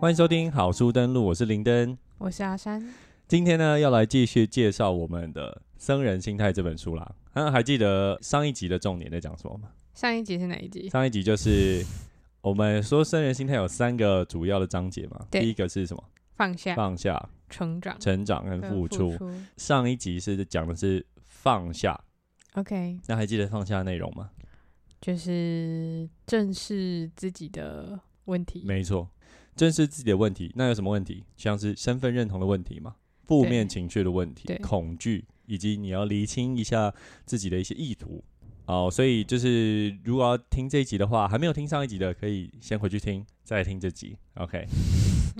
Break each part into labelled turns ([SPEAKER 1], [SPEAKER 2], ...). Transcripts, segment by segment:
[SPEAKER 1] 欢迎收听好书登录，我是林登。
[SPEAKER 2] 我是阿山，
[SPEAKER 1] 今天呢，要来继续介绍我们的《僧人心态》这本书啦。那、还记得上一集的重点在讲什么吗？
[SPEAKER 2] 上一集是哪一集？
[SPEAKER 1] 上一集就是 我们说僧人心态有三个主要的章节嘛。
[SPEAKER 2] 对
[SPEAKER 1] 第一个是什么？
[SPEAKER 2] 放下、
[SPEAKER 1] 放下、
[SPEAKER 2] 成长、
[SPEAKER 1] 成长跟
[SPEAKER 2] 跟
[SPEAKER 1] 付出。上一集是讲的是放下，
[SPEAKER 2] OK，
[SPEAKER 1] 那还记得放下的内容吗？
[SPEAKER 2] 就是正视自己的问题。
[SPEAKER 1] 没错，正视自己的问题。那有什么问题？像是身份认同的问题嘛，负面情绪的问题
[SPEAKER 2] 对，
[SPEAKER 1] 恐惧，以及你要厘清一下自己的一些意图。哦，所以就是如果要听这一集的话，还没有听上一集的，可以先回去听，再来听这集。OK，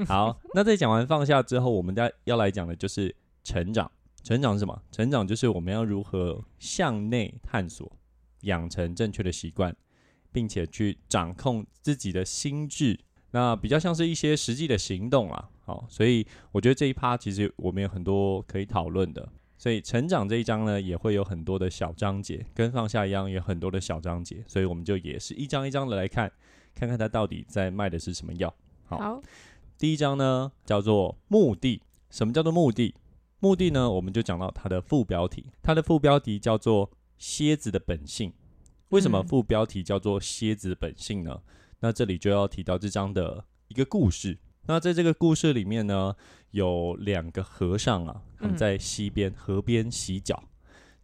[SPEAKER 1] 好，那在讲完放下之后，我们再要来讲的就是成长。成长是什么？成长就是我们要如何向内探索，养成正确的习惯，并且去掌控自己的心智。那比较像是一些实际的行动啦。好，所以我觉得这一趴其实我们有很多可以讨论的。所以成长这一章呢，也会有很多的小章节，跟放下一样，有很多的小章节。所以我们就也是一章一章的来看，看看它到底在卖的是什么药。好
[SPEAKER 2] 好，
[SPEAKER 1] 第一章呢叫做目的。什么叫做目的？目的呢，我们就讲到它的副标题，它的副标题叫做“蝎子的本性”。为什么
[SPEAKER 2] 嗯
[SPEAKER 1] 副标题叫做“蝎子的本性”呢？那这里就要提到这章的一个故事。那在这个故事里面呢，有两个和尚啊，他们
[SPEAKER 2] 嗯
[SPEAKER 1] 在溪边、河边洗脚。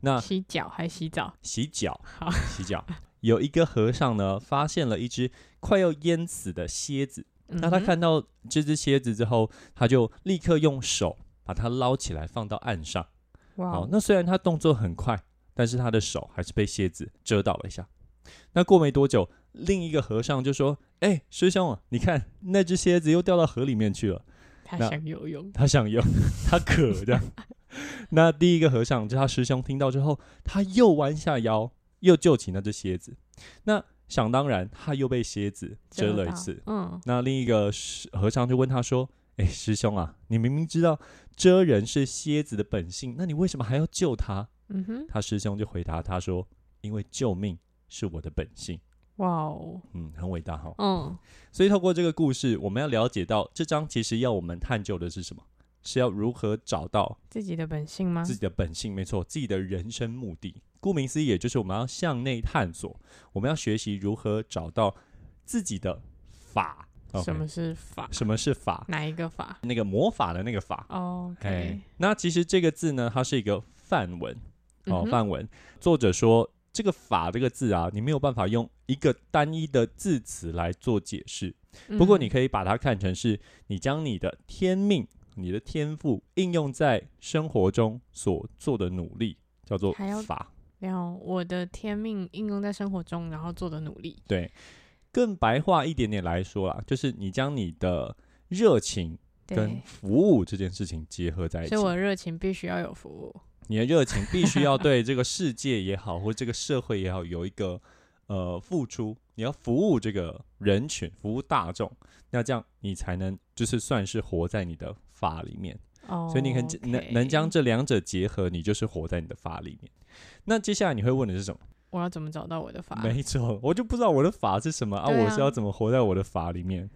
[SPEAKER 1] 那
[SPEAKER 2] 洗脚还洗澡？
[SPEAKER 1] 洗脚，
[SPEAKER 2] 好，
[SPEAKER 1] 洗脚，有一个和尚呢，发现了一只快要淹死的蝎子。那他
[SPEAKER 2] 嗯哼
[SPEAKER 1] 看到这只蝎子之后，他就立刻用手把它捞起来，放到岸上。
[SPEAKER 2] 哇
[SPEAKER 1] 好
[SPEAKER 2] 哦，，
[SPEAKER 1] 那虽然他动作很快，但是他的手还是被蝎子蛰到了一下。那过没多久，另一个和尚就说：“哎、师兄啊，你看那只蝎子又掉到河里面去了。”
[SPEAKER 2] 他
[SPEAKER 1] 那
[SPEAKER 2] 想游泳，
[SPEAKER 1] 他想用， 他渴这样。那第一个和尚，就他师兄听到之后，他又弯下腰，又救起那只蝎子。那想当然，他又被蝎子蛰了一
[SPEAKER 2] 到
[SPEAKER 1] 次。。
[SPEAKER 2] 嗯，
[SPEAKER 1] 那另一个师和尚就问他说：“哎，师兄啊，你明明知道蛰人是蝎子的本性，那你为什么还要救他
[SPEAKER 2] 嗯哼？”，
[SPEAKER 1] 他师兄就回答他说：“因为救命是我的本性。
[SPEAKER 2] 哇哦，”
[SPEAKER 1] 嗯，很伟大哈、
[SPEAKER 2] 嗯，
[SPEAKER 1] 所以透过这个故事，我们要了解到这章其实要我们探究的是什么？是要如何找到
[SPEAKER 2] 自己的本性吗？
[SPEAKER 1] 自己的本性，没错，自己的人生目的。顾名思义，也就是我们要向内探索，我们要学习如何找到自己的法。
[SPEAKER 2] 什
[SPEAKER 1] OK，
[SPEAKER 2] 么是法？
[SPEAKER 1] 什么是法？
[SPEAKER 2] 哪一个法
[SPEAKER 1] 那个魔法的那个法。哎
[SPEAKER 2] ？OK，
[SPEAKER 1] 那其实这个字呢，它是一个范文哦
[SPEAKER 2] 嗯，哼
[SPEAKER 1] 范文。作者说，这个“法”这个字啊，你没有办法用一个单一的字词来做解释。不过，你
[SPEAKER 2] 嗯
[SPEAKER 1] 可以把它看成是你将你的天命、你的天赋应用在生活中所做的努力，叫做
[SPEAKER 2] 还要
[SPEAKER 1] 法。
[SPEAKER 2] 然后我的天命应用在生活中，然后做的努力，
[SPEAKER 1] 对，更白话一点点来说啦，就是你将你的热情跟
[SPEAKER 2] 对，
[SPEAKER 1] 服务这件事情结合在一起
[SPEAKER 2] 所以。我的热情必须要有服务。
[SPEAKER 1] 你的热情必须要对这个世界也好，或这个社会也好，有一个呃付出。你要服务这个人群，服务大众，那这样你才能就是算是活在你的法里面。
[SPEAKER 2] 哦，
[SPEAKER 1] 所以你很能能将这两者结合，你就是活在你的法里面。那接下来你会问的是什么？
[SPEAKER 2] 我要怎么找到我的法？
[SPEAKER 1] 没错，我就不知道我的法是什么啊，
[SPEAKER 2] 对啊
[SPEAKER 1] 我是要怎么活在我的法里面？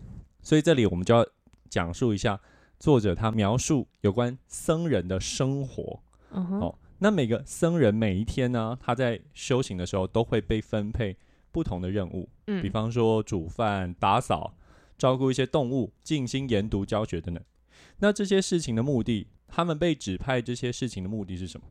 [SPEAKER 1] 所以这里我们就要讲述一下作者他描述有关僧人的生活。
[SPEAKER 2] 嗯哼，
[SPEAKER 1] 哦，那每个僧人每一天呢，他在修行的时候都会被分配不同的任务，
[SPEAKER 2] 嗯，
[SPEAKER 1] 比方说煮饭、打扫、照顾一些动物、静心研读、教学等等。那这些事情的目的，他们被指派这些事情的目的是什么？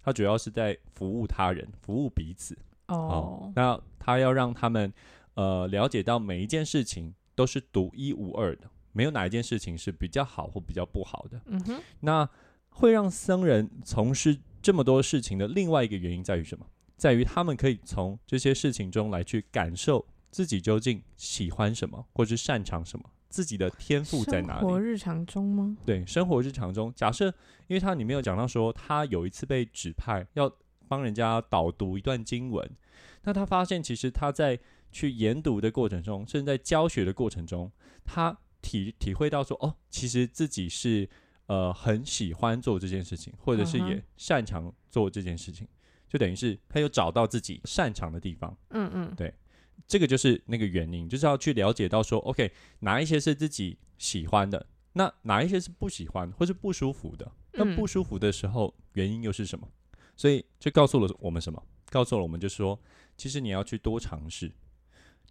[SPEAKER 1] 他主要是在服务他人，服务彼此。
[SPEAKER 2] 哦，
[SPEAKER 1] 那他要让他们呃了解到每一件事情都是独一无二的，没有哪一件事情是比较好或比较不好的。
[SPEAKER 2] 嗯哼，
[SPEAKER 1] 那会让僧人从事这么多事情的另外一个原因在于什么？在于他们可以从这些事情中来去感受自己究竟喜欢什么，或是擅长什么，自己的天赋在哪
[SPEAKER 2] 生活
[SPEAKER 1] 里。
[SPEAKER 2] 日常中吗？
[SPEAKER 1] 对，生活日常中，假设因为他里面有讲到说，他有一次被指派要帮人家导读一段经文，那他发现其实他在去研读的过程中，甚至在教学的过程中，他体体会到说，哦，其实自己是呃很喜欢做这件事情，或者是
[SPEAKER 2] 嗯
[SPEAKER 1] 也
[SPEAKER 2] 哼
[SPEAKER 1] 擅长做这件事情，就等于是他有找到自己擅长的地方。
[SPEAKER 2] 嗯嗯，
[SPEAKER 1] 这个就是那个原因，就是要去了解到说，OK，哪一些是自己喜欢的，那哪一些是不喜欢或是不舒服的？那
[SPEAKER 2] 嗯
[SPEAKER 1] 不舒服的时候原因又是什么？所以这告诉了我们什么？告诉了我们就说，其实你要去多尝试。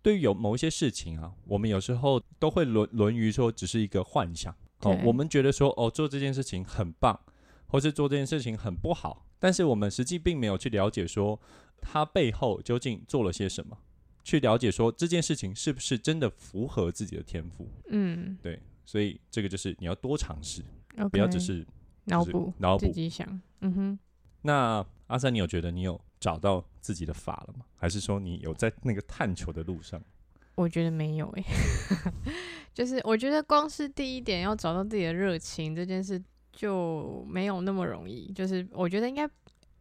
[SPEAKER 1] 对于有某一些事情啊，我们有时候都会沦沦于说只是一个幻想哦
[SPEAKER 2] 对。
[SPEAKER 1] 我们觉得说哦，做这件事情很棒，或是做这件事情很不好，但是我们实际并没有去了解说它背后究竟做了些什么，去了解说这件事情是不是真的符合自己的天赋。
[SPEAKER 2] 嗯，
[SPEAKER 1] 对，所以这个就是你要多尝试，
[SPEAKER 2] 不
[SPEAKER 1] 不要只是
[SPEAKER 2] 脑
[SPEAKER 1] 就是
[SPEAKER 2] 补
[SPEAKER 1] 脑
[SPEAKER 2] 自
[SPEAKER 1] 补。
[SPEAKER 2] 己想，嗯哼，
[SPEAKER 1] 那阿三，你有觉得你有找到自己的法了吗？还是说你有在那个探求的路上？
[SPEAKER 2] 我觉得没有诶、欸 就是我觉得光是第一点要找到自己的热情这件事就没有那么容易，就是我觉得应该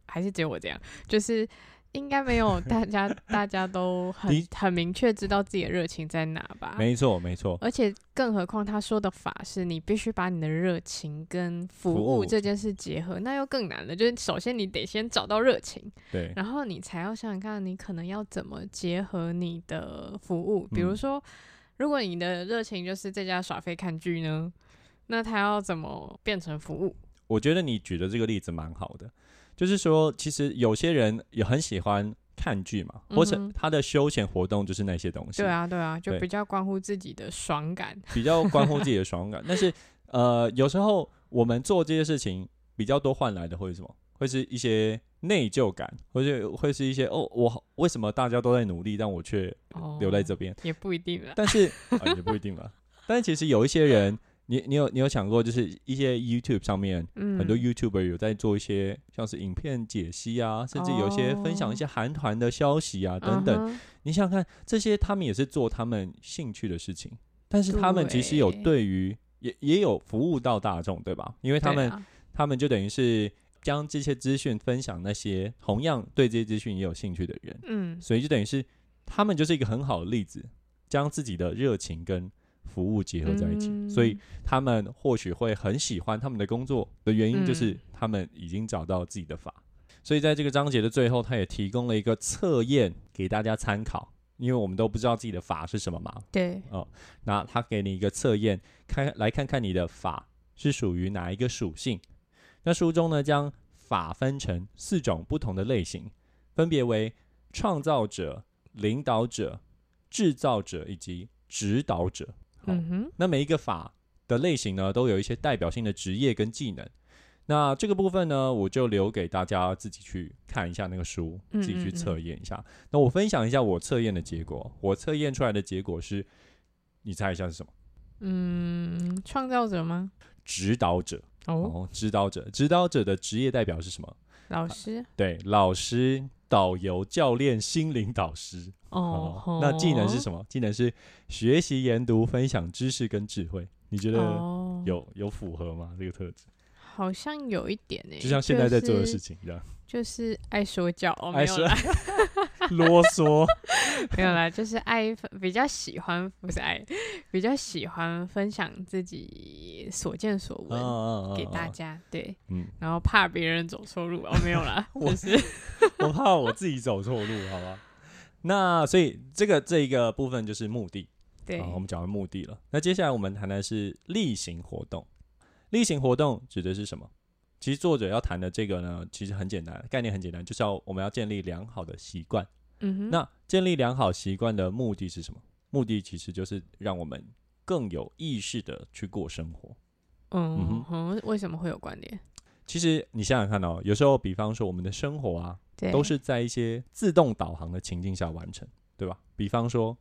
[SPEAKER 2] 还是只有我这样，就是。应该没有 大家，大家都很
[SPEAKER 1] 的
[SPEAKER 2] 很明确知道自己的热情在哪吧？
[SPEAKER 1] 没错，没错，
[SPEAKER 2] 而且更何况他说的法是你必须把你的热情跟服
[SPEAKER 1] 服务
[SPEAKER 2] 务这件事结合，那又更难了。就是首先你得先找到热情，
[SPEAKER 1] 对，
[SPEAKER 2] 然后你才要想想看你可能要怎么结合你的服务，比如
[SPEAKER 1] 嗯
[SPEAKER 2] 说，如果你的热情就是在家耍废看剧呢，那他要怎么变成服务？
[SPEAKER 1] 我觉得你举的这个例子蛮好的，就是说，其实有些人也很喜欢看剧嘛，或者
[SPEAKER 2] 嗯哼
[SPEAKER 1] 他的休闲活动就是那些东西，
[SPEAKER 2] 对啊，对啊，就
[SPEAKER 1] 对
[SPEAKER 2] 比较关乎自己的爽感。
[SPEAKER 1] 比较关乎自己的爽 感。但是，呃，有时候我们做这些事情比较多换来的会是什么？会是一些内疚感，或者会是一些哦，我好为什么大家都在努力，但我却
[SPEAKER 2] 哦，
[SPEAKER 1] 留在这边？
[SPEAKER 2] 也不一定啦。
[SPEAKER 1] 但是啊，也不一定吧。但是其实有一些人，你你有你有想过，就是一些 YouTube 上面。
[SPEAKER 2] 嗯，
[SPEAKER 1] 很多 YouTuber 有在做一些像是影片解析啊，甚至有一些分享一些韩团的消息啊、等等。
[SPEAKER 2] 哦嗯哼
[SPEAKER 1] 你想想看，这些他们也是做他们兴趣的事情，但是他们其实有
[SPEAKER 2] 对
[SPEAKER 1] 对于也也有服务到大众，对吧？因为他
[SPEAKER 2] 对
[SPEAKER 1] 们、
[SPEAKER 2] 啊
[SPEAKER 1] 他们就等于是将这些资讯分享那些同样对这些资讯也有兴趣的人，
[SPEAKER 2] 嗯，
[SPEAKER 1] 所以就等于是他们就是一个很好的例子，将自己的热情跟服务结合在一起，所以
[SPEAKER 2] 嗯
[SPEAKER 1] 他们或许会很喜欢他们的工作的原因，
[SPEAKER 2] 嗯
[SPEAKER 1] 就是他们已经找到自己的法。所以在这个章节的最后，他也提供了一个测验给大家参考，因为我们都不知道自己的法是什么嘛。
[SPEAKER 2] 对，
[SPEAKER 1] 那他给你一个测验，看来看看你的法是属于哪一个属性。那书中呢，将法分成四种不同的类型，分别为创造者、领导者、制造者以及指导者。好
[SPEAKER 2] 嗯哼，
[SPEAKER 1] 那每一个法的类型呢，都有一些代表性的职业跟技能。那这个部分呢，我就留给大家自己去看一下那个书，
[SPEAKER 2] 嗯
[SPEAKER 1] 自己去测验一下。那我分享一下我测验的结果，我测验出来的结果是，你猜一下是什么？
[SPEAKER 2] 嗯，创造者吗？
[SPEAKER 1] 指导者
[SPEAKER 2] 哦，
[SPEAKER 1] 哦，指导者，指导者的职业代表是什么？
[SPEAKER 2] 老师
[SPEAKER 1] 对，老师、导游、教练、心灵导师。
[SPEAKER 2] 哦吼，
[SPEAKER 1] 那技能是什么？技能是学习、研读、分享知识跟智慧。你觉得
[SPEAKER 2] 哦，
[SPEAKER 1] 有、有符合吗？这个特质？
[SPEAKER 2] 好像有一点诶，
[SPEAKER 1] 就像现在在做的事
[SPEAKER 2] 情，
[SPEAKER 1] 情一样，
[SPEAKER 2] 就是爱说教哦，没
[SPEAKER 1] 爱
[SPEAKER 2] 有
[SPEAKER 1] 说
[SPEAKER 2] 啦，
[SPEAKER 1] 啰嗦。
[SPEAKER 2] 没有啦，就是爱分比较喜欢，不是爱， 比较喜欢分享自己所见所
[SPEAKER 1] 嗯
[SPEAKER 2] 闻
[SPEAKER 1] 嗯
[SPEAKER 2] 给大。家，对，
[SPEAKER 1] 嗯，
[SPEAKER 2] 然后怕别人走错路哦，没有啦，
[SPEAKER 1] 我
[SPEAKER 2] 就是
[SPEAKER 1] 我怕我自己走错路，好吧？那所以这个这一个部分就是目的，
[SPEAKER 2] 对
[SPEAKER 1] 好，我们讲完目的了。那接下来我们谈的是例行活动。例行活动指的是什么？其实作者要谈的这个呢，其实很简单，概念很简单，就是要我们要建立良好的习惯。
[SPEAKER 2] 嗯哼，
[SPEAKER 1] 那建立良好习惯的目的是什么？目的其实就是让我们更有意识的去过生活。
[SPEAKER 2] 嗯
[SPEAKER 1] 嗯
[SPEAKER 2] 哼，为什么会有关联？
[SPEAKER 1] 其实你想想看哦，有时候比方说我们的生活啊，
[SPEAKER 2] 对，
[SPEAKER 1] 都是在一些自动导航的情境下完成，对吧？比方说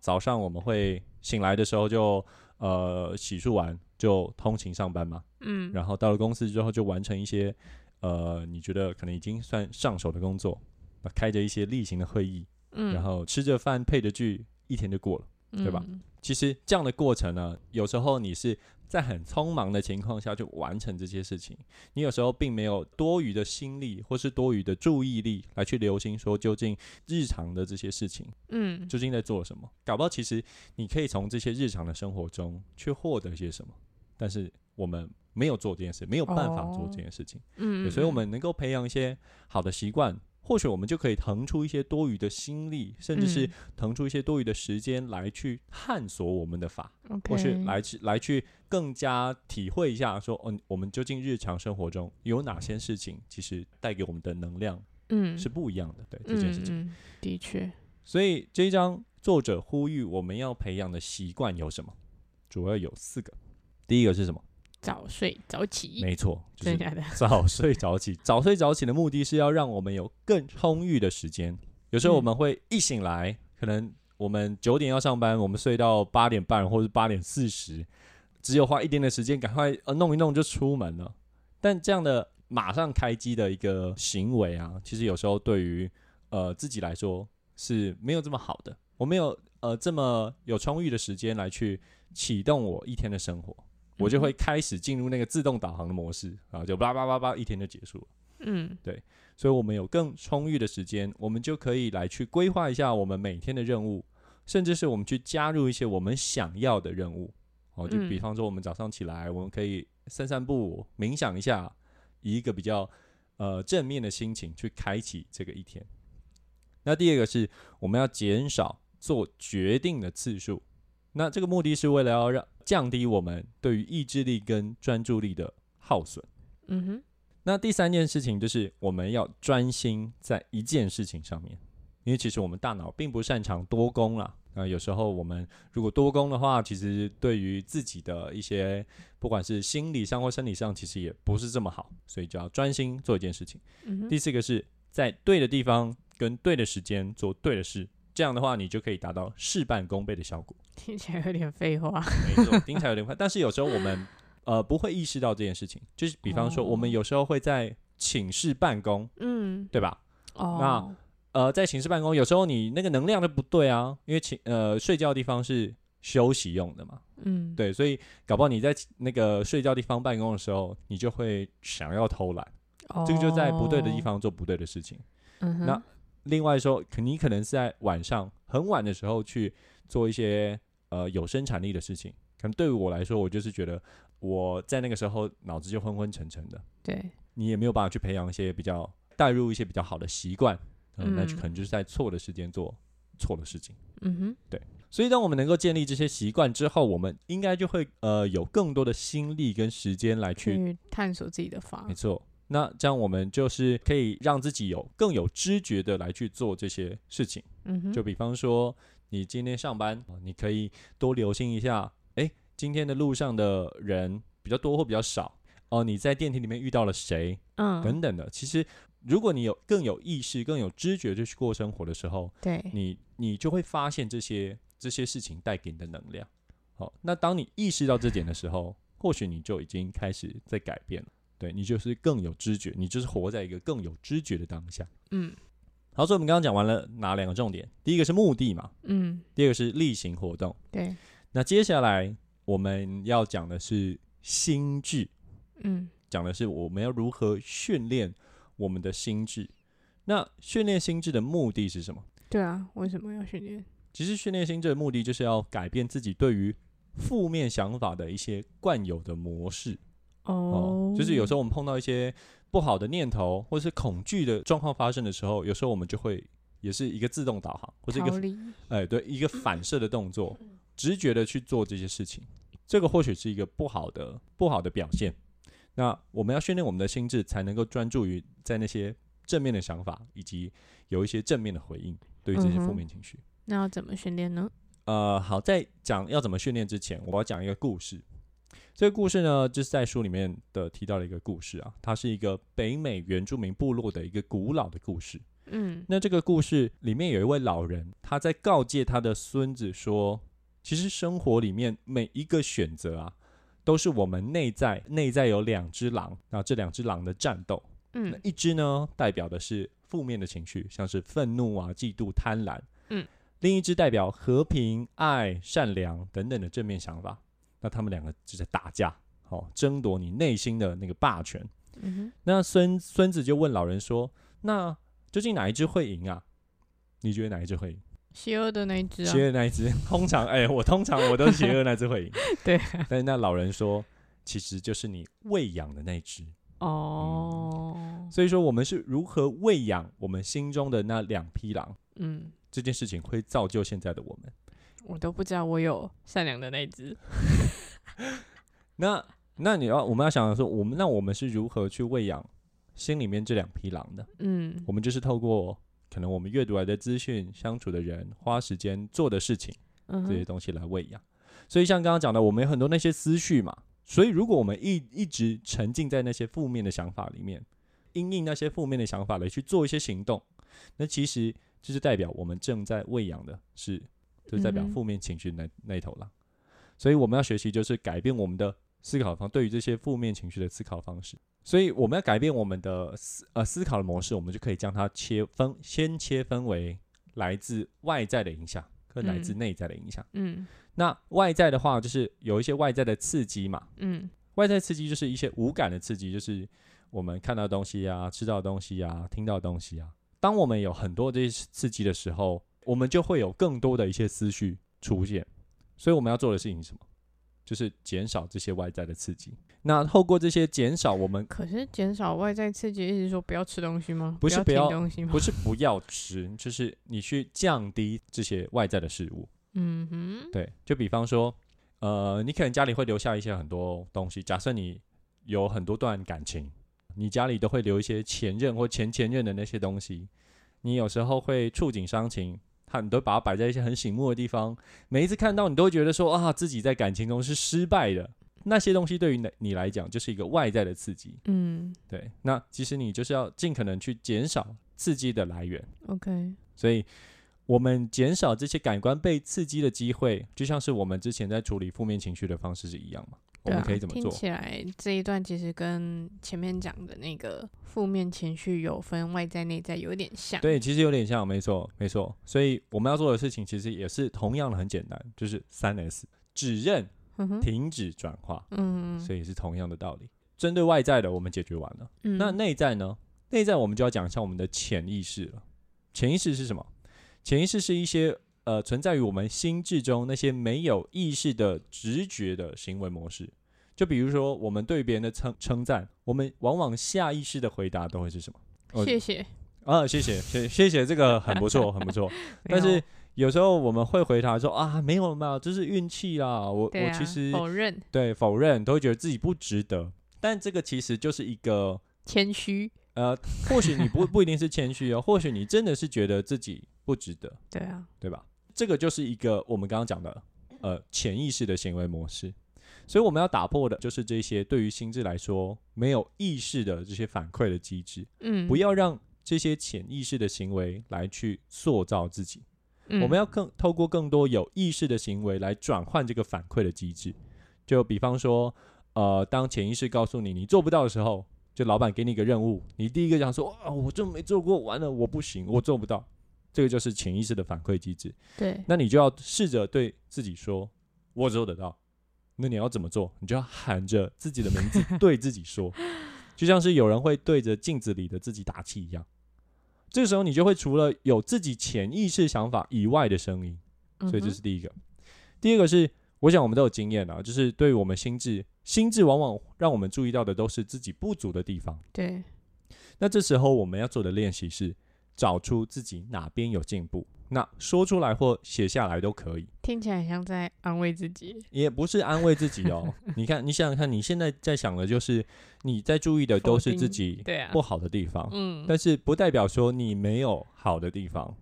[SPEAKER 1] 早上我们会醒来的时候就呃洗漱完就通勤上班嘛，
[SPEAKER 2] 嗯，
[SPEAKER 1] 然后到了公司之后就完成一些呃你觉得可能已经算上手的工作，那开着一些例行的会议，
[SPEAKER 2] 嗯，
[SPEAKER 1] 然后吃着饭配着剧，一天就过了。对吧
[SPEAKER 2] 嗯？
[SPEAKER 1] 其实这样的过程呢，有时候你是在很匆忙的情况下去完成这些事情，你有时候并没有多余的心力或是多余的注意力来去留心说究竟日常的这些事情
[SPEAKER 2] 嗯，
[SPEAKER 1] 究竟在做什么。搞不好其实你可以从这些日常的生活中去获得一些什么，但是我们没有做这件事，没有办法做这件事情。
[SPEAKER 2] 嗯，
[SPEAKER 1] 对，所以我们能够培养一些好的习惯，或许我们就可以腾出一些多余的心力，甚至是
[SPEAKER 2] 嗯
[SPEAKER 1] 腾出一些多余的时间来去探索我们的法，
[SPEAKER 2] 嗯，OK，
[SPEAKER 1] 或是来去来去更加体会一下说，嗯，我们究竟日常生活中有哪些事情，其实带给我们的能量
[SPEAKER 2] 嗯
[SPEAKER 1] 是不一样的，对这件事情。
[SPEAKER 2] 嗯嗯、的确，
[SPEAKER 1] 所以这一章作者呼吁我们要培养的习惯有什么？主要有四个。第一个是什么？
[SPEAKER 2] 早睡早起，
[SPEAKER 1] 没错，就
[SPEAKER 2] 真
[SPEAKER 1] 是
[SPEAKER 2] 的假的？
[SPEAKER 1] 早睡早起。 早睡早起的目的是要让我们有更充裕的时间。有时候我们会一醒来，可能我们九点要上班，我们睡到八点半或者八点四十，只有花一点点时间，赶快呃弄一弄就出门了。但这样的马上开机的一个行为啊，其实有时候对于呃自己来说是没有这么好的。我没有呃这么有充裕的时间来去启动我一天的生活。我
[SPEAKER 2] 嗯
[SPEAKER 1] 就会开始进入那个自动导航的模式，然后就叭叭叭叭，一天就结束了。
[SPEAKER 2] 嗯
[SPEAKER 1] 所以我们有更充裕的时间，我们就可以来去规划一下我们每天的任务，甚至是我们去加入一些我们想要的任务。哦，就
[SPEAKER 2] 嗯
[SPEAKER 1] 比方说我们早上起来，我们可以散散步、冥想一下，以一个比较呃正面的心情去开启这个一天。那第二个是我们要减少做决定的次数，那这个目的是为了要让降低我们对于意志力跟专注力的耗损。
[SPEAKER 2] 嗯哼，
[SPEAKER 1] 那第三件事情就是我们要专心在一件事情上面，因为其实我们大脑并不擅长多工啦。那有时候我们如果多工的话，其实对于自己的一些不管是心理上或生理上，其实也不是这么好，所以就要专心做一件事情。
[SPEAKER 2] 嗯哼，
[SPEAKER 1] 第四个是在对的地方跟对的时间做对的事，这样的话你就可以达到事半功倍的效果。
[SPEAKER 2] 听起来有点 废话。
[SPEAKER 1] 没错，听起来有点快，但是有时候我们呃不会意识到这件事情，就是比方说
[SPEAKER 2] 哦
[SPEAKER 1] 我们有时候会在寝室办公，
[SPEAKER 2] 嗯，
[SPEAKER 1] 对吧？
[SPEAKER 2] 哦，
[SPEAKER 1] 呃，在寝室办公，有时候你那个能量就不对啊，因为寝呃睡觉的地方是休息用的嘛，
[SPEAKER 2] 嗯，，
[SPEAKER 1] 对，所以搞不好你在那个睡觉地方办公的时候，你就会想要偷懒，这个就在不对的地。方做不对的事情。
[SPEAKER 2] 哦嗯哼，
[SPEAKER 1] 那另外说，可你可能是在晚上很晚的时候去做一些呃有生产力的事情。可能对于我来说，我就是觉得我在那个时候脑子就昏昏沉沉的，
[SPEAKER 2] 对，
[SPEAKER 1] 你也没有办法去培养一些比较带入一些比较好的习惯，嗯，那就
[SPEAKER 2] 嗯
[SPEAKER 1] 可能就是在错的时间做错的事情。
[SPEAKER 2] 嗯哼，
[SPEAKER 1] 所以，当我们能够建立这些习惯之后，我们应该就会呃有更多的心力跟时间来去
[SPEAKER 2] 去探索自己的法
[SPEAKER 1] 没。错，那这样我们就是可以让自己有更有知觉的来去做这些事情。
[SPEAKER 2] 嗯哼，
[SPEAKER 1] 就比方说，你今天上班，哦你可以多留心一下，哎，今天的路上的人比较多或比较少，哦，你在电梯里面遇到了谁，
[SPEAKER 2] 嗯，
[SPEAKER 1] 等等的。其实，如果你有更有意识、更有知觉地去过生活的时候，
[SPEAKER 2] 对，
[SPEAKER 1] 你你就会发现这些这些事情带给你的能量。好、那当你意识到这点的时候，或许你就已经开始在改变了。对你就是更有知觉，你就是活在一个更有知觉的当下。
[SPEAKER 2] 嗯
[SPEAKER 1] 好，所以我们刚刚讲完了哪两个重点？第一个是目的嘛，
[SPEAKER 2] 嗯，
[SPEAKER 1] 第二个是例行活动。
[SPEAKER 2] 对，
[SPEAKER 1] 那接下来我们要讲的是心智，
[SPEAKER 2] 嗯
[SPEAKER 1] 讲的是我们要如何训练我们的心智。那训练心智的目的是什么？
[SPEAKER 2] 对啊，为什么要训练？
[SPEAKER 1] 其实训练心智的目的就是要改变自己对于负面想法的一些惯有的模式哦
[SPEAKER 2] 哦，
[SPEAKER 1] 就是有时候我们碰到一些不好的念头或是恐惧的状况发生的时候，有时候我们就会也是一个自动导航或是一个
[SPEAKER 2] 逃离，
[SPEAKER 1] 哎，对，一个反射的动作，
[SPEAKER 2] 嗯
[SPEAKER 1] 直觉的去做这些事情，这个或许是一个不好的不好的表现。那我们要训练我们的心智，才能够专注于在那些正面的想法，以及有一些正面的回应对于这些
[SPEAKER 2] 嗯
[SPEAKER 1] 负
[SPEAKER 2] 哼
[SPEAKER 1] 面情绪。
[SPEAKER 2] 那要怎么训练呢？
[SPEAKER 1] 呃，好，在讲要怎么训练之前，我要讲一个故事。这个故事呢，就是在书里面的提到了一个故事啊，它是一个北美原住民部落的一个古老的故事。
[SPEAKER 2] 嗯
[SPEAKER 1] 那这个故事里面有一位老人，他在告诫他的孙子说，其实生活里面每一个选择啊，都是我们内在内在有两只狼，那这两只狼的战斗，那
[SPEAKER 2] 嗯
[SPEAKER 1] 一只呢代表的是负面的情绪，像是愤怒啊、嫉妒、贪婪，
[SPEAKER 2] 嗯，
[SPEAKER 1] 另一只代表和平、爱、善良等等的正面想法。那他们两个就在打架，哦，争夺你内心的那个霸权。
[SPEAKER 2] 嗯哼，
[SPEAKER 1] 那孙孙子就问老人说：“那究竟哪一只会赢啊？你觉得哪一只会赢？
[SPEAKER 2] 邪恶的那一只啊，
[SPEAKER 1] 邪恶那一只，通常哎、我通常我都是 邪恶那只会赢。
[SPEAKER 2] 对
[SPEAKER 1] 但是那老人说，其实就是你喂养的那一只。
[SPEAKER 2] 哦，
[SPEAKER 1] 所以说，我们是如何喂养我们心中的那两匹狼，
[SPEAKER 2] 嗯，
[SPEAKER 1] 这件事情会造就现在的我们。
[SPEAKER 2] 我都不知道我有善良的那一只。
[SPEAKER 1] 那那你要我们要想的是，我们那我们是如何去喂养心里面这两匹狼的？
[SPEAKER 2] 嗯
[SPEAKER 1] 我们就是透过可能我们阅读来的资讯、相处的人、花时间做的事情
[SPEAKER 2] 嗯
[SPEAKER 1] 这些
[SPEAKER 2] 哼，
[SPEAKER 1] 东西来喂养。所以像刚刚讲的，我们有很多那些思绪嘛，所以如果我们一一直沉浸在那些负面的想法里面，因应那些负面的想法来去做一些行动，那其实这就代表我们正在喂养的是，就是代表
[SPEAKER 2] 嗯哼
[SPEAKER 1] 负面情绪那那一头狼。所以我们要学习就是改变我们的思考方，对于这些负面情绪的思考方式。所以我们要改变我们的思呃思考的模式，我们就可以将它切分，先切分为来自外在的影响跟来自
[SPEAKER 2] 嗯
[SPEAKER 1] 内在的影响。
[SPEAKER 2] 嗯
[SPEAKER 1] 那外在的话，就是有一些外在的刺激嘛，
[SPEAKER 2] 嗯
[SPEAKER 1] 外在刺激就是一些无感的刺激，就是我们看到的东西啊、吃到的东西啊、听到的东西啊。当我们有很多这些刺激的时候，我们就会有更多的一些思绪出现。所以我们要做的事情是什么？就是减少这些外在的刺激。那透过这些减少，我们
[SPEAKER 2] 可是减少外在刺激，意思是说不要吃东西吗？
[SPEAKER 1] 不是
[SPEAKER 2] 不要
[SPEAKER 1] 不要
[SPEAKER 2] 听东西吗？
[SPEAKER 1] 不是不要吃，就是你去降低这些外在的事物。
[SPEAKER 2] 嗯哼，
[SPEAKER 1] 对，就比方说，呃，你可能家里会留下一些很多东西。假设你有很多段感情，你家里都会留一些前任或前前任的那些东西。你有时候会触景伤情，它你都把它摆在一些很醒目的地方。每一次看到，你都会觉得说啊，自己在感情中是失败的。那些东西对于你你来讲，就是一个外在的刺激。
[SPEAKER 2] 嗯
[SPEAKER 1] 对，那其实你就是要尽可能去减少刺激的来源。
[SPEAKER 2] ，OK，
[SPEAKER 1] 所以我们减少这些感官被刺激的机会，就像是我们之前在处理负面情绪的方式是一样嘛？我
[SPEAKER 2] 对
[SPEAKER 1] 们
[SPEAKER 2] 啊
[SPEAKER 1] 可以怎么
[SPEAKER 2] 听
[SPEAKER 1] 做？
[SPEAKER 2] 起来这一段其实跟前面讲的那个负面情绪有分外在内在有点像。，
[SPEAKER 1] 对，其实有点像，没错，没错。所以我们要做的事情其实也是同样的，很简单，就是三 S：指认、
[SPEAKER 2] 嗯哼，
[SPEAKER 1] 停止、转化。
[SPEAKER 2] 嗯
[SPEAKER 1] 所以是同样的道理。针对外在的，我们解决完了。
[SPEAKER 2] 嗯，
[SPEAKER 1] 那内在呢？内在我们就要讲一下我们的潜意识了。潜意识是什么？潜意识是一些呃存在于我们心智中那些没有意识的直觉的行为模式。就比如说，我们对别人的称称赞，我们往往下意识的回答都会是什么？哦
[SPEAKER 2] 谢谢。
[SPEAKER 1] 啊，谢谢，谢谢谢，这个很不错，很不错。但
[SPEAKER 2] 没有
[SPEAKER 1] 是有时候我们会回答说啊，没有嘛，就是运气啦。我、
[SPEAKER 2] 对
[SPEAKER 1] 我
[SPEAKER 2] 啊
[SPEAKER 1] 其实
[SPEAKER 2] 否认
[SPEAKER 1] 对否认，都会觉得自己不值得。但这个其实就是一个
[SPEAKER 2] 谦虚，
[SPEAKER 1] 呃，或许你不不一定是谦虚哦，或许你真的是觉得自己不值得，
[SPEAKER 2] 对啊，
[SPEAKER 1] 对吧？这个就是一个我们刚刚讲的呃潜意识的行为模式，所以我们要打破的就是这些对于心智来说没有意识的这些反馈的机制，
[SPEAKER 2] 嗯，
[SPEAKER 1] 不，要让这些潜意识的行为来去塑造自己，
[SPEAKER 2] 嗯、
[SPEAKER 1] 我们要更透过更多有意识的行为来转换这个反馈的机制。就比方说，呃，当潜意识告诉你你做不到的时候，就老板给你一个任务，你第一个想说啊、我这没做过，完了我不行，我做不到。这个就是潜意识的反馈机制。
[SPEAKER 2] 对，
[SPEAKER 1] 那你就要试着对自己说，我做得到。那你要怎么做？你就要喊着自己的名字对自己说，就像是有人会对着镜子里的自己打气一样。这个时候，你就会除了有自己潜意识想法以外的声音，
[SPEAKER 2] 嗯
[SPEAKER 1] 所以这是第一个。第二个是，我想我们都有经验啊，就是对于我们心智，心智往往让我们注意到的都是自己不足的地方。
[SPEAKER 2] 对，
[SPEAKER 1] 那这时候我们要做的练习是找出自己哪边有进步，那说出来或写下来都可以，
[SPEAKER 2] 听起来很像在安慰自己，
[SPEAKER 1] 也不是安慰自己哦。你看，你想想看，你现在在想的就是你在注意的都是自己
[SPEAKER 2] 对啊
[SPEAKER 1] 不，好的地方，
[SPEAKER 2] 嗯，
[SPEAKER 1] 但是不代表说你没有好的地方。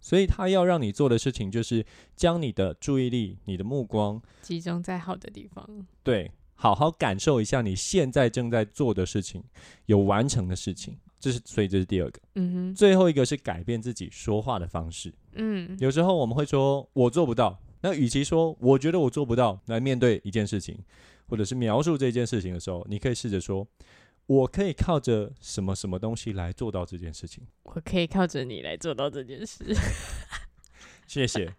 [SPEAKER 1] 所以他要让你做的事情就是将你的注意力、你的目光
[SPEAKER 2] 集中在好的地方，
[SPEAKER 1] 对，好好感受一下你现在正在做的事情，有完成的事情，这是所以这是第二个。
[SPEAKER 2] 嗯哼，
[SPEAKER 1] 最后一个是改变自己说话的方式。
[SPEAKER 2] 嗯，
[SPEAKER 1] 有时候我们会说“我做不到”，那与其说“我觉得我做不到”来面对一件事情，或者是描述这件事情的时候，你可以试着说“我可以靠着什么什么东西来做到这件事情
[SPEAKER 2] 我可以靠着你来做到这件事，”。
[SPEAKER 1] 谢谢。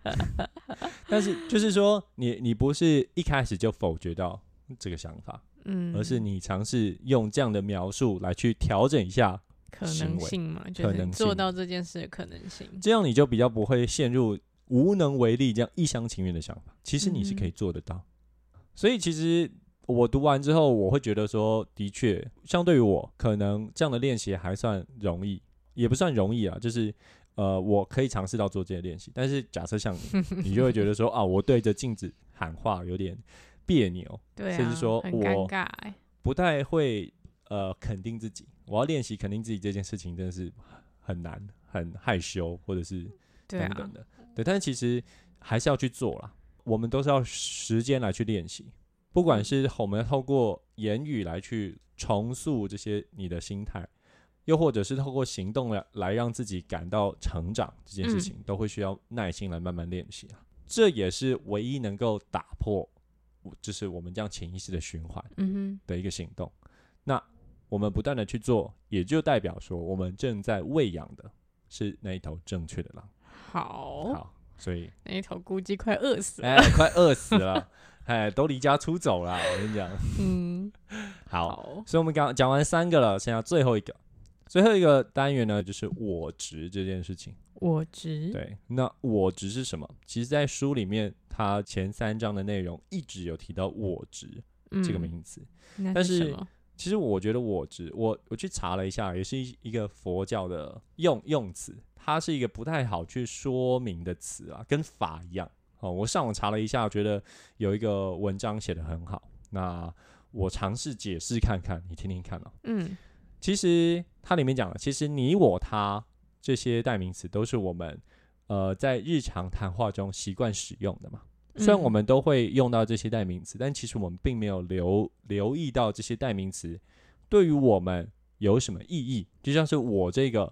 [SPEAKER 1] 但是就是说，你你不是一开始就否决到这个想法，
[SPEAKER 2] 嗯，
[SPEAKER 1] 而是你尝试用这样的描述来去调整一下，
[SPEAKER 2] 可
[SPEAKER 1] 行
[SPEAKER 2] 能
[SPEAKER 1] 为
[SPEAKER 2] 性嘛，就
[SPEAKER 1] 可
[SPEAKER 2] 是
[SPEAKER 1] 能
[SPEAKER 2] 做
[SPEAKER 1] 性
[SPEAKER 2] 到这件事的可能性，
[SPEAKER 1] 这样你就比较不会陷入无能为力这样一厢情愿的想法。其实你是可以做得到，所以其实我读完之后，我会觉得说，的确，相对于我，可能这样的练习还算容易，也不算容易啊，就是呃，我可以尝试到做这些练习。但是假设像你，你就会觉得说啊，我对着镜子喊话有点别扭，
[SPEAKER 2] 对啊，
[SPEAKER 1] 甚至说
[SPEAKER 2] 很
[SPEAKER 1] 我
[SPEAKER 2] 尴尬、欸，
[SPEAKER 1] 不太会呃肯定自己。我要练习肯定自己这件事情，真的是很难，很害羞，或者是
[SPEAKER 2] 对
[SPEAKER 1] 等
[SPEAKER 2] 啊
[SPEAKER 1] 等，的。对，但是其实还是要去做啦。我们都是要时间来去练习，不
[SPEAKER 2] 嗯
[SPEAKER 1] 管是我们透过言语来去重塑这些你的心态，又或者是透过行动来来让自己感到成长这件
[SPEAKER 2] 嗯
[SPEAKER 1] 事情，都会需要耐心来慢慢练习啊。这也是唯一能够打破，就是我们这样潜意识的循环。
[SPEAKER 2] 嗯
[SPEAKER 1] 的一个行动。那我们不断的去做，也就代表说我们正在喂养的是那一头正确的狼。
[SPEAKER 2] 哼，好，
[SPEAKER 1] 好，所以
[SPEAKER 2] 那一头估计快饿 死了，
[SPEAKER 1] 哎，快饿死了， 哎，都离家出走了。我跟你讲，
[SPEAKER 2] 嗯，
[SPEAKER 1] 好，
[SPEAKER 2] 好，
[SPEAKER 1] 所以我们刚讲完三个了，剩下最后一个，最后一个单元呢，就是我值这件事情。
[SPEAKER 2] 我值，
[SPEAKER 1] 对，那我值是什么？其实，在书里面，它前三章的内容一直有提到我值
[SPEAKER 2] 嗯
[SPEAKER 1] 这个名词。
[SPEAKER 2] 那
[SPEAKER 1] 但
[SPEAKER 2] 是什
[SPEAKER 1] 是
[SPEAKER 2] 么
[SPEAKER 1] 其实我觉得我只我我去查了一下，也是一一个佛教的用用词，它是一个不太好去说明的词啊，跟法一样。哦，我上网查了一下，觉得有一个文章写得很好，那我尝试解释看看，你听听看哦。
[SPEAKER 2] 嗯
[SPEAKER 1] 其实它里面讲了，其实你我他这些代名词都是我们呃在日常谈话中习惯使用的嘛。虽然
[SPEAKER 2] 嗯
[SPEAKER 1] 我们都会用到这些代名词，但其实我们并没有留留意到这些代名词对于我们有什么意义。就像是我这个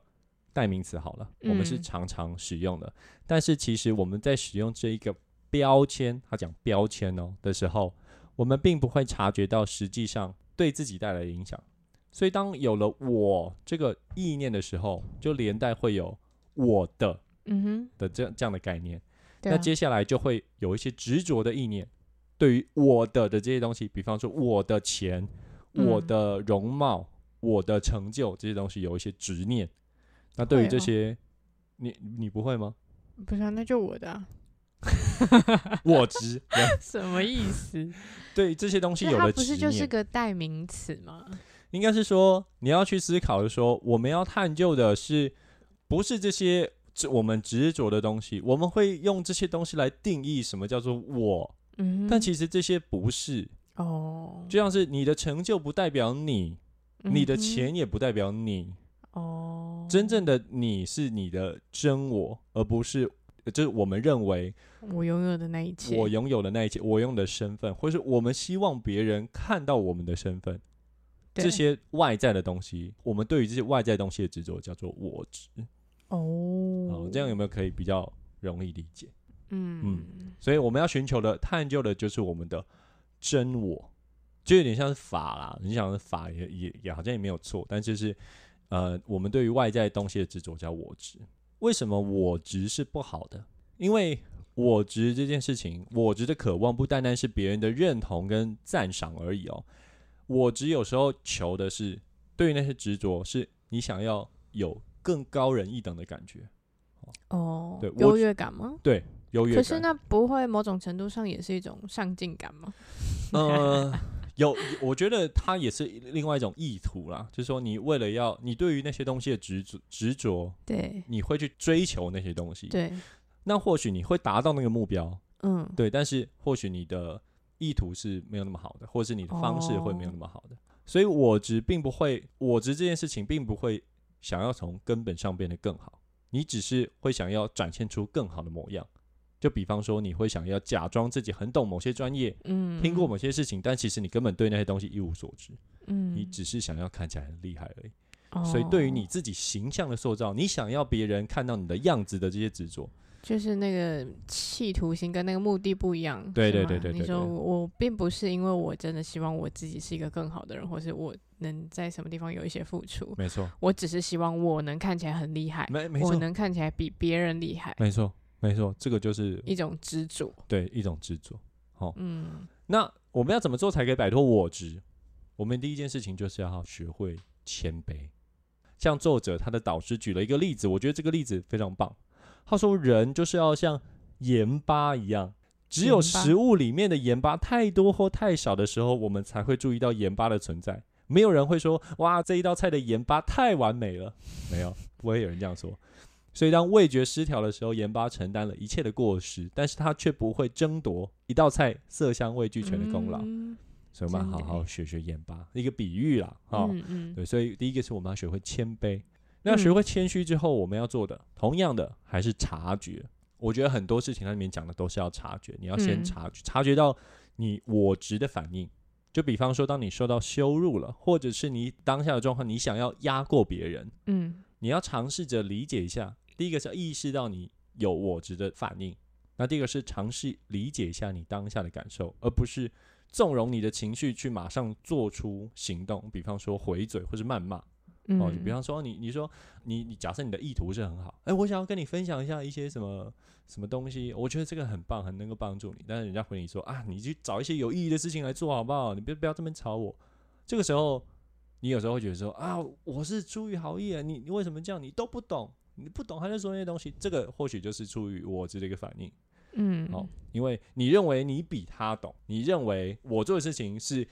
[SPEAKER 1] 代名词好了，我们是
[SPEAKER 2] 嗯
[SPEAKER 1] 常常使用的，但是其实我们在使用这一个标签，他讲标签哦的时候，我们并不会察觉到实际上对自己带来的影响。所以当有了我这个意念的时候，就连带会有我的
[SPEAKER 2] 嗯哼，
[SPEAKER 1] 的这这样的概念。
[SPEAKER 2] 对
[SPEAKER 1] 那
[SPEAKER 2] 啊，
[SPEAKER 1] 接下来就会有一些执着的意念，对于我的的这些东西，比方说我的钱、
[SPEAKER 2] 嗯
[SPEAKER 1] 我的容貌、我的成就这些东西有一些执念。
[SPEAKER 2] 哦
[SPEAKER 1] 那对于
[SPEAKER 2] 会
[SPEAKER 1] 这
[SPEAKER 2] 哦
[SPEAKER 1] 些，你你不会 吗？
[SPEAKER 2] 不是、啊，那就我的、啊，
[SPEAKER 1] 我执，
[SPEAKER 2] 什么意思？
[SPEAKER 1] 对这些东西
[SPEAKER 2] 那
[SPEAKER 1] 有
[SPEAKER 2] 它
[SPEAKER 1] 了
[SPEAKER 2] 不
[SPEAKER 1] 执
[SPEAKER 2] 是就是
[SPEAKER 1] 念，
[SPEAKER 2] 个代名词吗？
[SPEAKER 1] 应该是说你要去思考的说，我们要探究的是不是这些执我们执着的东西？我们会用这些东西来定义什么叫做我，
[SPEAKER 2] 嗯哼，
[SPEAKER 1] 但其实这些不是，
[SPEAKER 2] 哦，
[SPEAKER 1] 就像是你的成就不代表你，你的
[SPEAKER 2] 嗯哼
[SPEAKER 1] 钱也不代表你，
[SPEAKER 2] 哦，
[SPEAKER 1] 真正的你是你的真我，而不是呃就是我们认为
[SPEAKER 2] 我拥有的那一切，
[SPEAKER 1] 我拥有的那一切，我拥有的身份，或是我们希望别人看到我们的身份，
[SPEAKER 2] 对
[SPEAKER 1] 这些外在的东西，我们对于这些外在东西的执着叫做我执。
[SPEAKER 2] 哦
[SPEAKER 1] 哦，，这样有没有可以比较容易理解？
[SPEAKER 2] 嗯
[SPEAKER 1] 所以我们要寻求的、探究的就是我们的真我，就有点像是法啦。你想法也也也好像也没有错，但就是呃，我们对于外在东西的执着叫我执。为什么我执是不好的？因为我执这件事情，我执的渴望不单单是别人的认同跟赞赏而已哦。我执有时候求的是，对于那些执着，是你想要有更高人一等的感觉，
[SPEAKER 2] 哦
[SPEAKER 1] 对，我
[SPEAKER 2] 优越感吗？
[SPEAKER 1] 优越
[SPEAKER 2] 可
[SPEAKER 1] 感。
[SPEAKER 2] 是那不会某种程度上也是一种上进感吗？
[SPEAKER 1] 呃， 有，我觉得它也是另外一种意图啦，就是说你为了要你对于那些东西的执着执着，
[SPEAKER 2] 对
[SPEAKER 1] 你会去追求那些东西，，
[SPEAKER 2] 对，
[SPEAKER 1] 那或许你会达到那个目标，
[SPEAKER 2] 嗯，
[SPEAKER 1] 对，但是或许你的意图是没有那么好的，或是你的方式会没有那么好的，所以我执并不会，我执这件事情并不会想要从根本上变得更好，你只是会想要展现出更好的模样，就比方说你会想要假装自己很懂某些专业，
[SPEAKER 2] 嗯，
[SPEAKER 1] 听过某些事情，但其实你根本对那些东西一无所知，
[SPEAKER 2] 嗯，
[SPEAKER 1] 你只是想要看起来很厉害而已。所以对于你
[SPEAKER 2] 哦
[SPEAKER 1] 自己形象的塑造，你想要别人看到你的样子的这些执着，
[SPEAKER 2] 就是那个企图心跟那个目的不一样，
[SPEAKER 1] 对
[SPEAKER 2] 是
[SPEAKER 1] 对
[SPEAKER 2] 吗
[SPEAKER 1] 对对对
[SPEAKER 2] 你说
[SPEAKER 1] 对
[SPEAKER 2] 我我并不是因为我真的希望我自己是一个更好的人，或是我能在什么地方有一些付出，
[SPEAKER 1] 没错，
[SPEAKER 2] 我只是希望我能看起来很厉害，
[SPEAKER 1] 没没
[SPEAKER 2] 我
[SPEAKER 1] 错，
[SPEAKER 2] 能看起来比别人厉害，
[SPEAKER 1] 没错，没错，这个就是
[SPEAKER 2] 一种执着。
[SPEAKER 1] 对一种执着。好，
[SPEAKER 2] 嗯，
[SPEAKER 1] 那我们要怎么做才可以摆脱我执？我们第一件事情就是要学会谦卑。像作者他的导师举了一个例子，我觉得这个例子非常棒。他说人就是要像盐巴一样，只有
[SPEAKER 2] 盐巴
[SPEAKER 1] 食物里面的盐巴太多或太少的时候，我们才会注意到盐巴的存在。没有人会说哇，这一道菜的盐巴太完美了，没有，不会有人这样说。所以，当味觉失调的时候，盐巴承担了一切的过失，但是它却不会争夺一道菜色香味俱全的功劳。
[SPEAKER 2] 嗯
[SPEAKER 1] 所以，我们
[SPEAKER 2] 真
[SPEAKER 1] 好
[SPEAKER 2] 的
[SPEAKER 1] 好学学盐巴，一个比喻啦，哦，
[SPEAKER 2] 嗯嗯，
[SPEAKER 1] 对，所以第一个是我们要学会谦卑。那
[SPEAKER 2] 嗯
[SPEAKER 1] 学会谦虚之后，我们要做的，同样的还是察觉。我觉得很多事情它里面讲的都是要察觉，你要先
[SPEAKER 2] 嗯
[SPEAKER 1] 察觉，察觉到你我值的反应。就比方说，当你受到羞辱了，或者是你当下的状况，你想要压过别人，
[SPEAKER 2] 嗯
[SPEAKER 1] 你要尝试着理解一下。第一个是要意识到你有我值的反应，那第二个是尝试理解一下你当下的感受，而不是纵容你的情绪去马上做出行动，比方说回嘴或是谩骂。
[SPEAKER 2] 嗯，
[SPEAKER 1] 哦，就比方说你你说你你假设你的意图是很好，哎，我想要跟你分享一下一些什么什么东西，我觉得这个很棒，很能够帮助你。但是人家回你说啊，你去找一些有意义的事情来做好不好？你别不要这么吵我。这个时候，你有时候会觉得说啊，我是出于好意啊，你你为什么这样？你都不懂，你不懂他在说那些东西，这个或许就是出于我自己的一个反应。
[SPEAKER 2] 嗯，
[SPEAKER 1] 哦，因为你认为你比他懂，你认为我做的事情是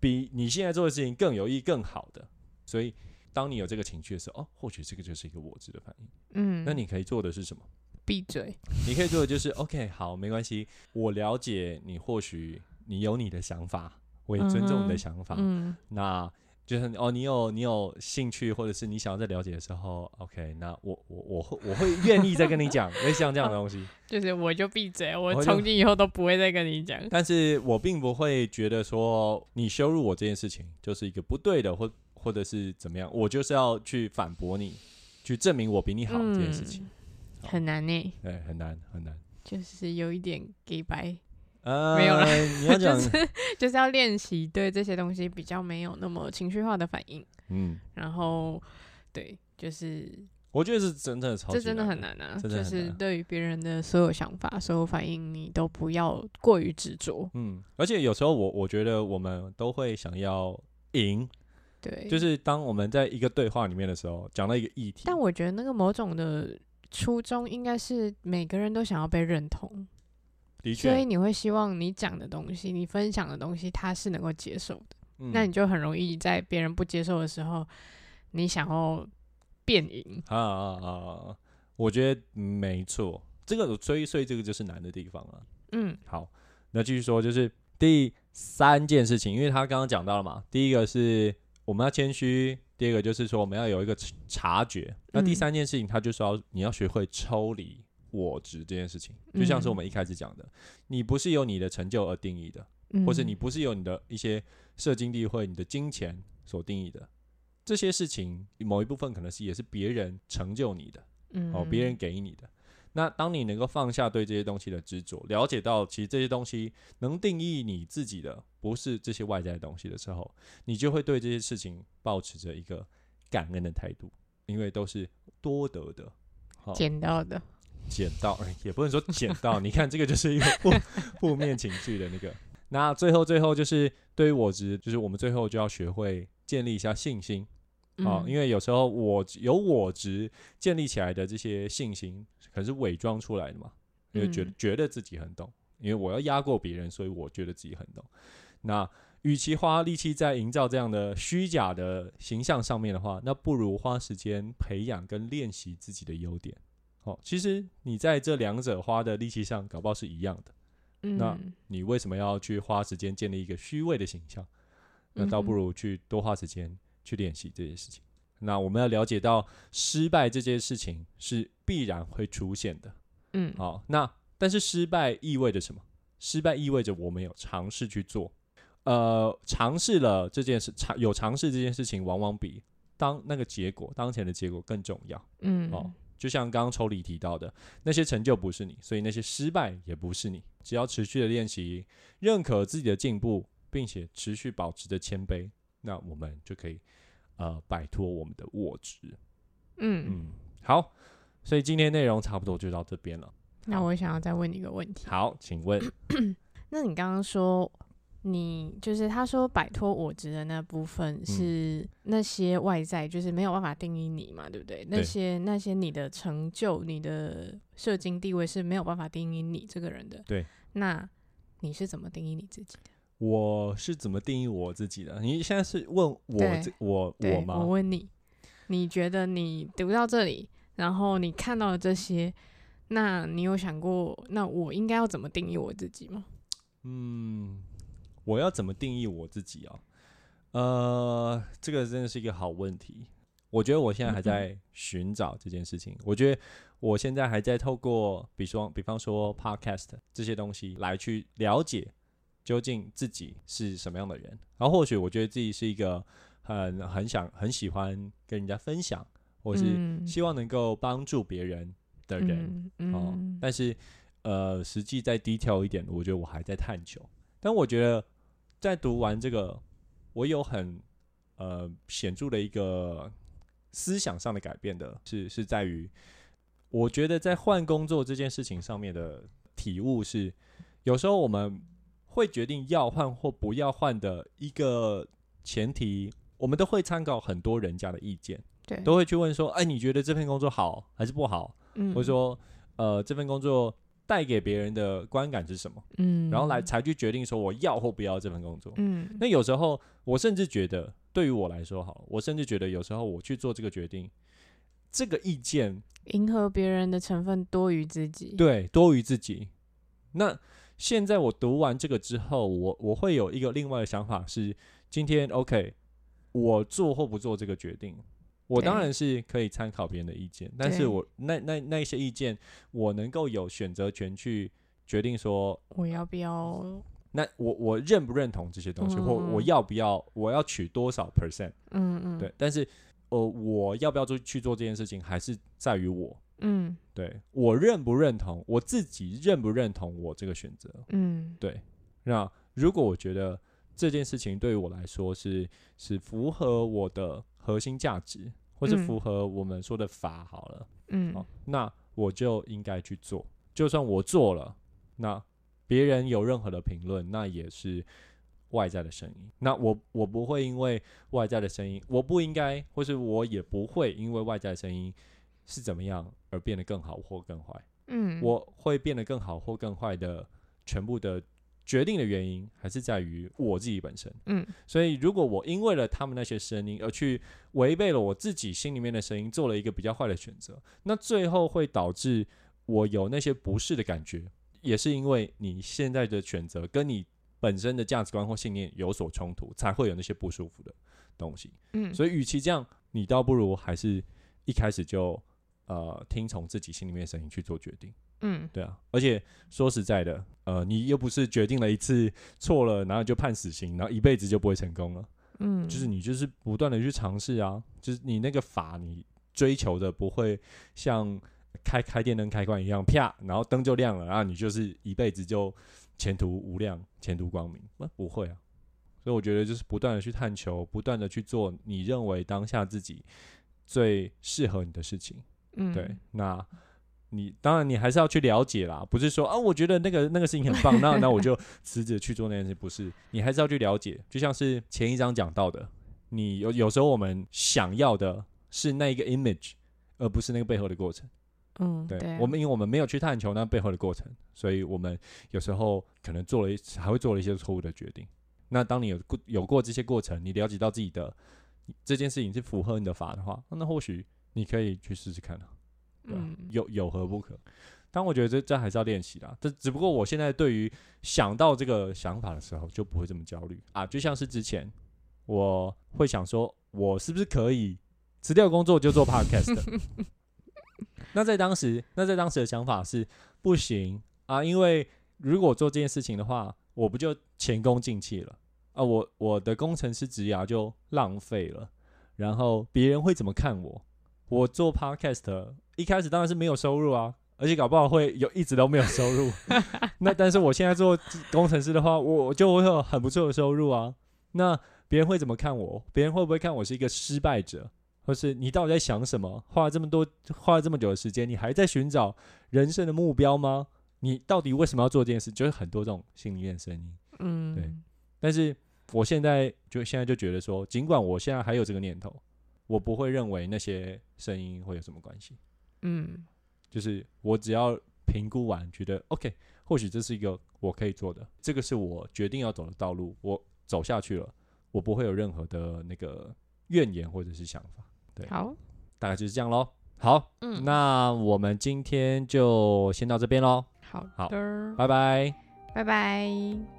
[SPEAKER 1] 比你现在做的事情更有益、更好的，所以当你有这个情绪的时候，哦，或许这个就是一个我值的反应。
[SPEAKER 2] 嗯，
[SPEAKER 1] 那你可以做的是什么？
[SPEAKER 2] 闭嘴，
[SPEAKER 1] 你可以做的就是 OK，好，没关系，我了解你，或许你有你的想法，我也尊重你的
[SPEAKER 2] 嗯哼
[SPEAKER 1] 想法。
[SPEAKER 2] 嗯
[SPEAKER 1] 那就是哦，你有你有兴趣，或者是你想要再了解的时候，OK，那我我我会我会愿意再跟你讲， 类似像这样的东西。
[SPEAKER 2] 就是我就闭嘴，我
[SPEAKER 1] 我哦就哦
[SPEAKER 2] 从今以后都不会再跟你讲。
[SPEAKER 1] 但是我并不会觉得说你羞辱我这件事情就是一个不对的，或或者是怎么样，我就是要去反驳你，去证明我比你好这件事
[SPEAKER 2] 嗯
[SPEAKER 1] 情，好
[SPEAKER 2] 很难呢，
[SPEAKER 1] 对，很难很难。
[SPEAKER 2] 就是有一点给白，
[SPEAKER 1] 呃，
[SPEAKER 2] 没有啦，
[SPEAKER 1] 你 要讲，
[SPEAKER 2] 就是就是要练习对这些东西比较没有那么情绪化的反应，
[SPEAKER 1] 嗯，
[SPEAKER 2] 然后对，就是
[SPEAKER 1] 我觉得是真的超级
[SPEAKER 2] 这真的很，难啊，
[SPEAKER 1] 这真的很
[SPEAKER 2] 就是
[SPEAKER 1] 难
[SPEAKER 2] 对于别人的所有想法、所有反应，你都不要过于执着，
[SPEAKER 1] 嗯，而且有时候我我觉得我们都会想要赢，
[SPEAKER 2] 对，
[SPEAKER 1] 就是当我们在一个对话里面的时候，讲到一个议题，
[SPEAKER 2] 但我觉得那个某种的初衷应该是每个人都想要被认同，
[SPEAKER 1] 的
[SPEAKER 2] 所以
[SPEAKER 1] 确，
[SPEAKER 2] 你会希望你讲的东西、你分享的东西，他是能够接受的。
[SPEAKER 1] 嗯
[SPEAKER 2] 那你就很容易在别人不接受的时候，你想要变赢。
[SPEAKER 1] 啊啊啊啊！啊我觉得没错，这个追所以这个就是难的地方啊。
[SPEAKER 2] 嗯
[SPEAKER 1] 好，那继续说，就是第三件事情，因为他刚刚讲到了嘛，第一个是我们要谦虚，第二个就是说我们要有一个察察觉，那第
[SPEAKER 2] 嗯
[SPEAKER 1] 三件事情，他就说要你要学会抽离我值这件事情，就像是我们一开始讲的，你不是由你的成就而定义的，
[SPEAKER 2] 嗯，
[SPEAKER 1] 或是你不是由你的一些社经地位、你的金钱所定义的。这些事情某一部分可能是也是别人成就你的，
[SPEAKER 2] 嗯
[SPEAKER 1] 哦，别人给你的。那当你能够放下对这些东西的执着，了解到其实这些东西能定义你自己的，不是这些外在的东西的时候，你就会对这些事情保持着一个感恩的态度，因为都是多得的。好、
[SPEAKER 2] 捡到的，
[SPEAKER 1] 捡到， 哎也不能说捡到，你看这个就是一个负 负面情绪的那个。那最后最后就是对于我值，就是我们最后就要学会建立一下信心。啊、
[SPEAKER 2] 嗯
[SPEAKER 1] 因为有时候我有我值建立起来的这些信心，可能是伪装出来的嘛，因为觉得、
[SPEAKER 2] 嗯
[SPEAKER 1] 觉得自己很懂，因为我要压过别人，所以我觉得自己很懂。那与其花力气在营造这样的虚假的形象上面的话，那不如花时间培养跟练习自己的优点。哦，其实你在这两者花的力气上，搞不好是一样的。那
[SPEAKER 2] 嗯
[SPEAKER 1] 你为什么要去花时间建立一个虚伪的形象？那倒不
[SPEAKER 2] 嗯哼
[SPEAKER 1] 如去多花时间去练习这些事情。那我们要了解到，失败这件事情是必然会出现的。
[SPEAKER 2] 嗯
[SPEAKER 1] 好，那但是失败意味着什么？失败意味着我们有尝试去做，呃，尝试了这件事，尝有尝试这件事情，往往比当那个结果当前的结果更重要。
[SPEAKER 2] 嗯
[SPEAKER 1] 哦，就像刚刚抽离提到的，那些成就不是你，所以那些失败也不是你。只要持续的练习，认可自己的进步，并且持续保持着谦卑，那我们就可以呃摆脱我们的握执。
[SPEAKER 2] 嗯，
[SPEAKER 1] 嗯，好，所以今天内容差不多就到这边了。
[SPEAKER 2] 那我想要再问你一个问题，
[SPEAKER 1] 好，请 问
[SPEAKER 2] 那你刚刚说。你就是他说摆脱我执的那部
[SPEAKER 1] 嗯
[SPEAKER 2] 分是那些外在，就是没有办法定义你嘛，对不对？那
[SPEAKER 1] 对
[SPEAKER 2] 些那些你的成就、你的社经地位是没有办法定义你这个人的。
[SPEAKER 1] 对。
[SPEAKER 2] 那你是怎么定义你自己的？
[SPEAKER 1] 我是怎么定义我自己的？你现在是问我
[SPEAKER 2] 对
[SPEAKER 1] 这我
[SPEAKER 2] 对
[SPEAKER 1] 我吗？
[SPEAKER 2] 我问你，你觉得你读到这里，然后你看到了这些，那你有想过，那我应该要怎么定义我自己吗？
[SPEAKER 1] 嗯，我要怎么定义我自己啊？呃，这个真的是一个好问题。我觉得我现在还在寻找这件事情。我觉得我现在还在透过，比说，比方说 podcast 这些东西来去了解究竟自己是什么样的人。然后或许我觉得自己是一个很很想很喜欢跟人家分享，或是
[SPEAKER 2] 嗯
[SPEAKER 1] 希望能够帮助别人的人。
[SPEAKER 2] 嗯
[SPEAKER 1] 哦
[SPEAKER 2] 嗯，
[SPEAKER 1] 但是呃，实际再 detail 一点，我觉得我还在探求。但我觉得在读完这个，我有很呃显著的一个思想上的改变的是，是在于我觉得在换工作这件事情上面的体悟是，有时候我们会决定要换或不要换的一个前提，我们都会参考很多人家的意见，
[SPEAKER 2] 对，
[SPEAKER 1] 都会去问说，哎，你觉得这份工作好还是不好？
[SPEAKER 2] 嗯
[SPEAKER 1] 或者，说呃这份工作带给别人的观感是什么，
[SPEAKER 2] 嗯，
[SPEAKER 1] 然后来，才去决定说我要或不要这份工作。
[SPEAKER 2] 嗯，
[SPEAKER 1] 那有时候我甚至觉得，对于我来说，好，我甚至觉得有时候我去做这个决定，这个意见
[SPEAKER 2] 迎合别人的成分多于自己，，
[SPEAKER 1] 对多于自己。那现在我读完这个之后，我我会有一个另外的想法是，今天 OK，我做或不做这个决定，我当
[SPEAKER 2] 对
[SPEAKER 1] 然是可以参考别人的意见，但是
[SPEAKER 2] 对
[SPEAKER 1] 我那那那一些意见，我能够有选择权去决定说，
[SPEAKER 2] 我要不要？
[SPEAKER 1] 那我我认不认同这些东西，或
[SPEAKER 2] 嗯嗯
[SPEAKER 1] 我要不要，我要取多少 percent，
[SPEAKER 2] 嗯嗯，
[SPEAKER 1] 对，，但是呃，我要不要做去做这件事情，还是在于我，
[SPEAKER 2] 嗯
[SPEAKER 1] 对我认不认同，我自己认不认同我这个选择。
[SPEAKER 2] 嗯，
[SPEAKER 1] 对，那如果我觉得这件事情对于我来说是是符合我的核心价值，或是
[SPEAKER 2] 嗯
[SPEAKER 1] 符合我们说的法好了，
[SPEAKER 2] 嗯
[SPEAKER 1] 好，那我就应该去做。就算我做了，那别人有任何的评论，那也是外在的声音。那我我不会因为外在的声音，我不应该，或是我也不会因为外在的声音是怎么样而变得更好或更坏。
[SPEAKER 2] 嗯，
[SPEAKER 1] 我会变得更好或更坏的全部的决定的原因，还是在于我自己本身。
[SPEAKER 2] 嗯，
[SPEAKER 1] 所以如果我因为了他们那些声音而去违背了我自己心里面的声音，做了一个比较坏的选择，那最后会导致我有那些不适的感觉，也是因为你现在的选择跟你本身的价值观或信念有所冲突，才会有那些不舒服的东西。
[SPEAKER 2] 嗯，
[SPEAKER 1] 所以，与其这样，你倒不如还是一开始就呃听从自己心里面的声音去做决定。
[SPEAKER 2] 嗯
[SPEAKER 1] 对啊，而且说实在的，呃，你又不是决定了一次错了，然后就判死刑，然后一辈子就不会成功了。
[SPEAKER 2] 嗯，
[SPEAKER 1] 就是你就是不断的去尝试啊，就是你那个法，你追求的不会像开开电灯开关一样，啪，然后灯就亮了，然后啊你就是一辈子就前途无量，前途光明，不不会啊。所以我觉得就是不断的去探求，不断的去做你认为当下自己最适合你的事情。
[SPEAKER 2] 嗯，
[SPEAKER 1] 对，那你当然你还是要去了解啦，不是说啊，我觉得那个那个事情很棒，那那我就辞职去做那件事，不是？你还是要去了解，就像是前一章讲到的，你有有时候我们想要的是那一个 image，而不是那个背后的过程。
[SPEAKER 2] 嗯，
[SPEAKER 1] 对，
[SPEAKER 2] 对，
[SPEAKER 1] 我们因为我们没有去探求那背后的过程，所以我们有时候可能做了一还会做了一些错误的决定。那当你有过有过这些过程，你了解到自己的这件事情是符合你的法的话，那或许你可以去试试看啊。对啊
[SPEAKER 2] 嗯，
[SPEAKER 1] 有有何不可？但我觉得这这还是要练习啦。这只不过我现在对于想到这个想法的时候，就不会这么焦虑啊。就像是之前我会想说，我是不是可以辞掉工作就做 podcast？那在当时，那在当时的想法是不行啊，因为如果做这件事情的话，我不就前功尽弃了啊？我我的工程师职涯就浪费了，然后别人会怎么看我？我做 podcast 一开始当然是没有收入啊，而且搞不好会有一直都没有收入。那但是我现在做工程师的话，我我就会有很不错的收入啊。那别人会怎么看我？别人会不会看我是一个失败者？或是你到底在想什么？花了这么多，花了这么久的时间，你还在寻找人生的目标吗？你到底为什么要做这件事？就是很多这种心里面的声音。
[SPEAKER 2] 嗯，
[SPEAKER 1] 对但是我现在就现在就觉得说，尽管我现在还有这个念头，我不会认为那些声音会有什么关系。
[SPEAKER 2] 嗯
[SPEAKER 1] 就是我只要评估完，觉得 OK，或许这是一个我可以做的，这个是我决定要走的道路，我走下去了，我不会有任何的那个怨言或者是想法，对
[SPEAKER 2] 好，
[SPEAKER 1] 大概就是这样喽。好，
[SPEAKER 2] 嗯，
[SPEAKER 1] 那我们今天就先到这边喽，
[SPEAKER 2] 好
[SPEAKER 1] 好
[SPEAKER 2] 的，
[SPEAKER 1] 拜拜。
[SPEAKER 2] 拜拜。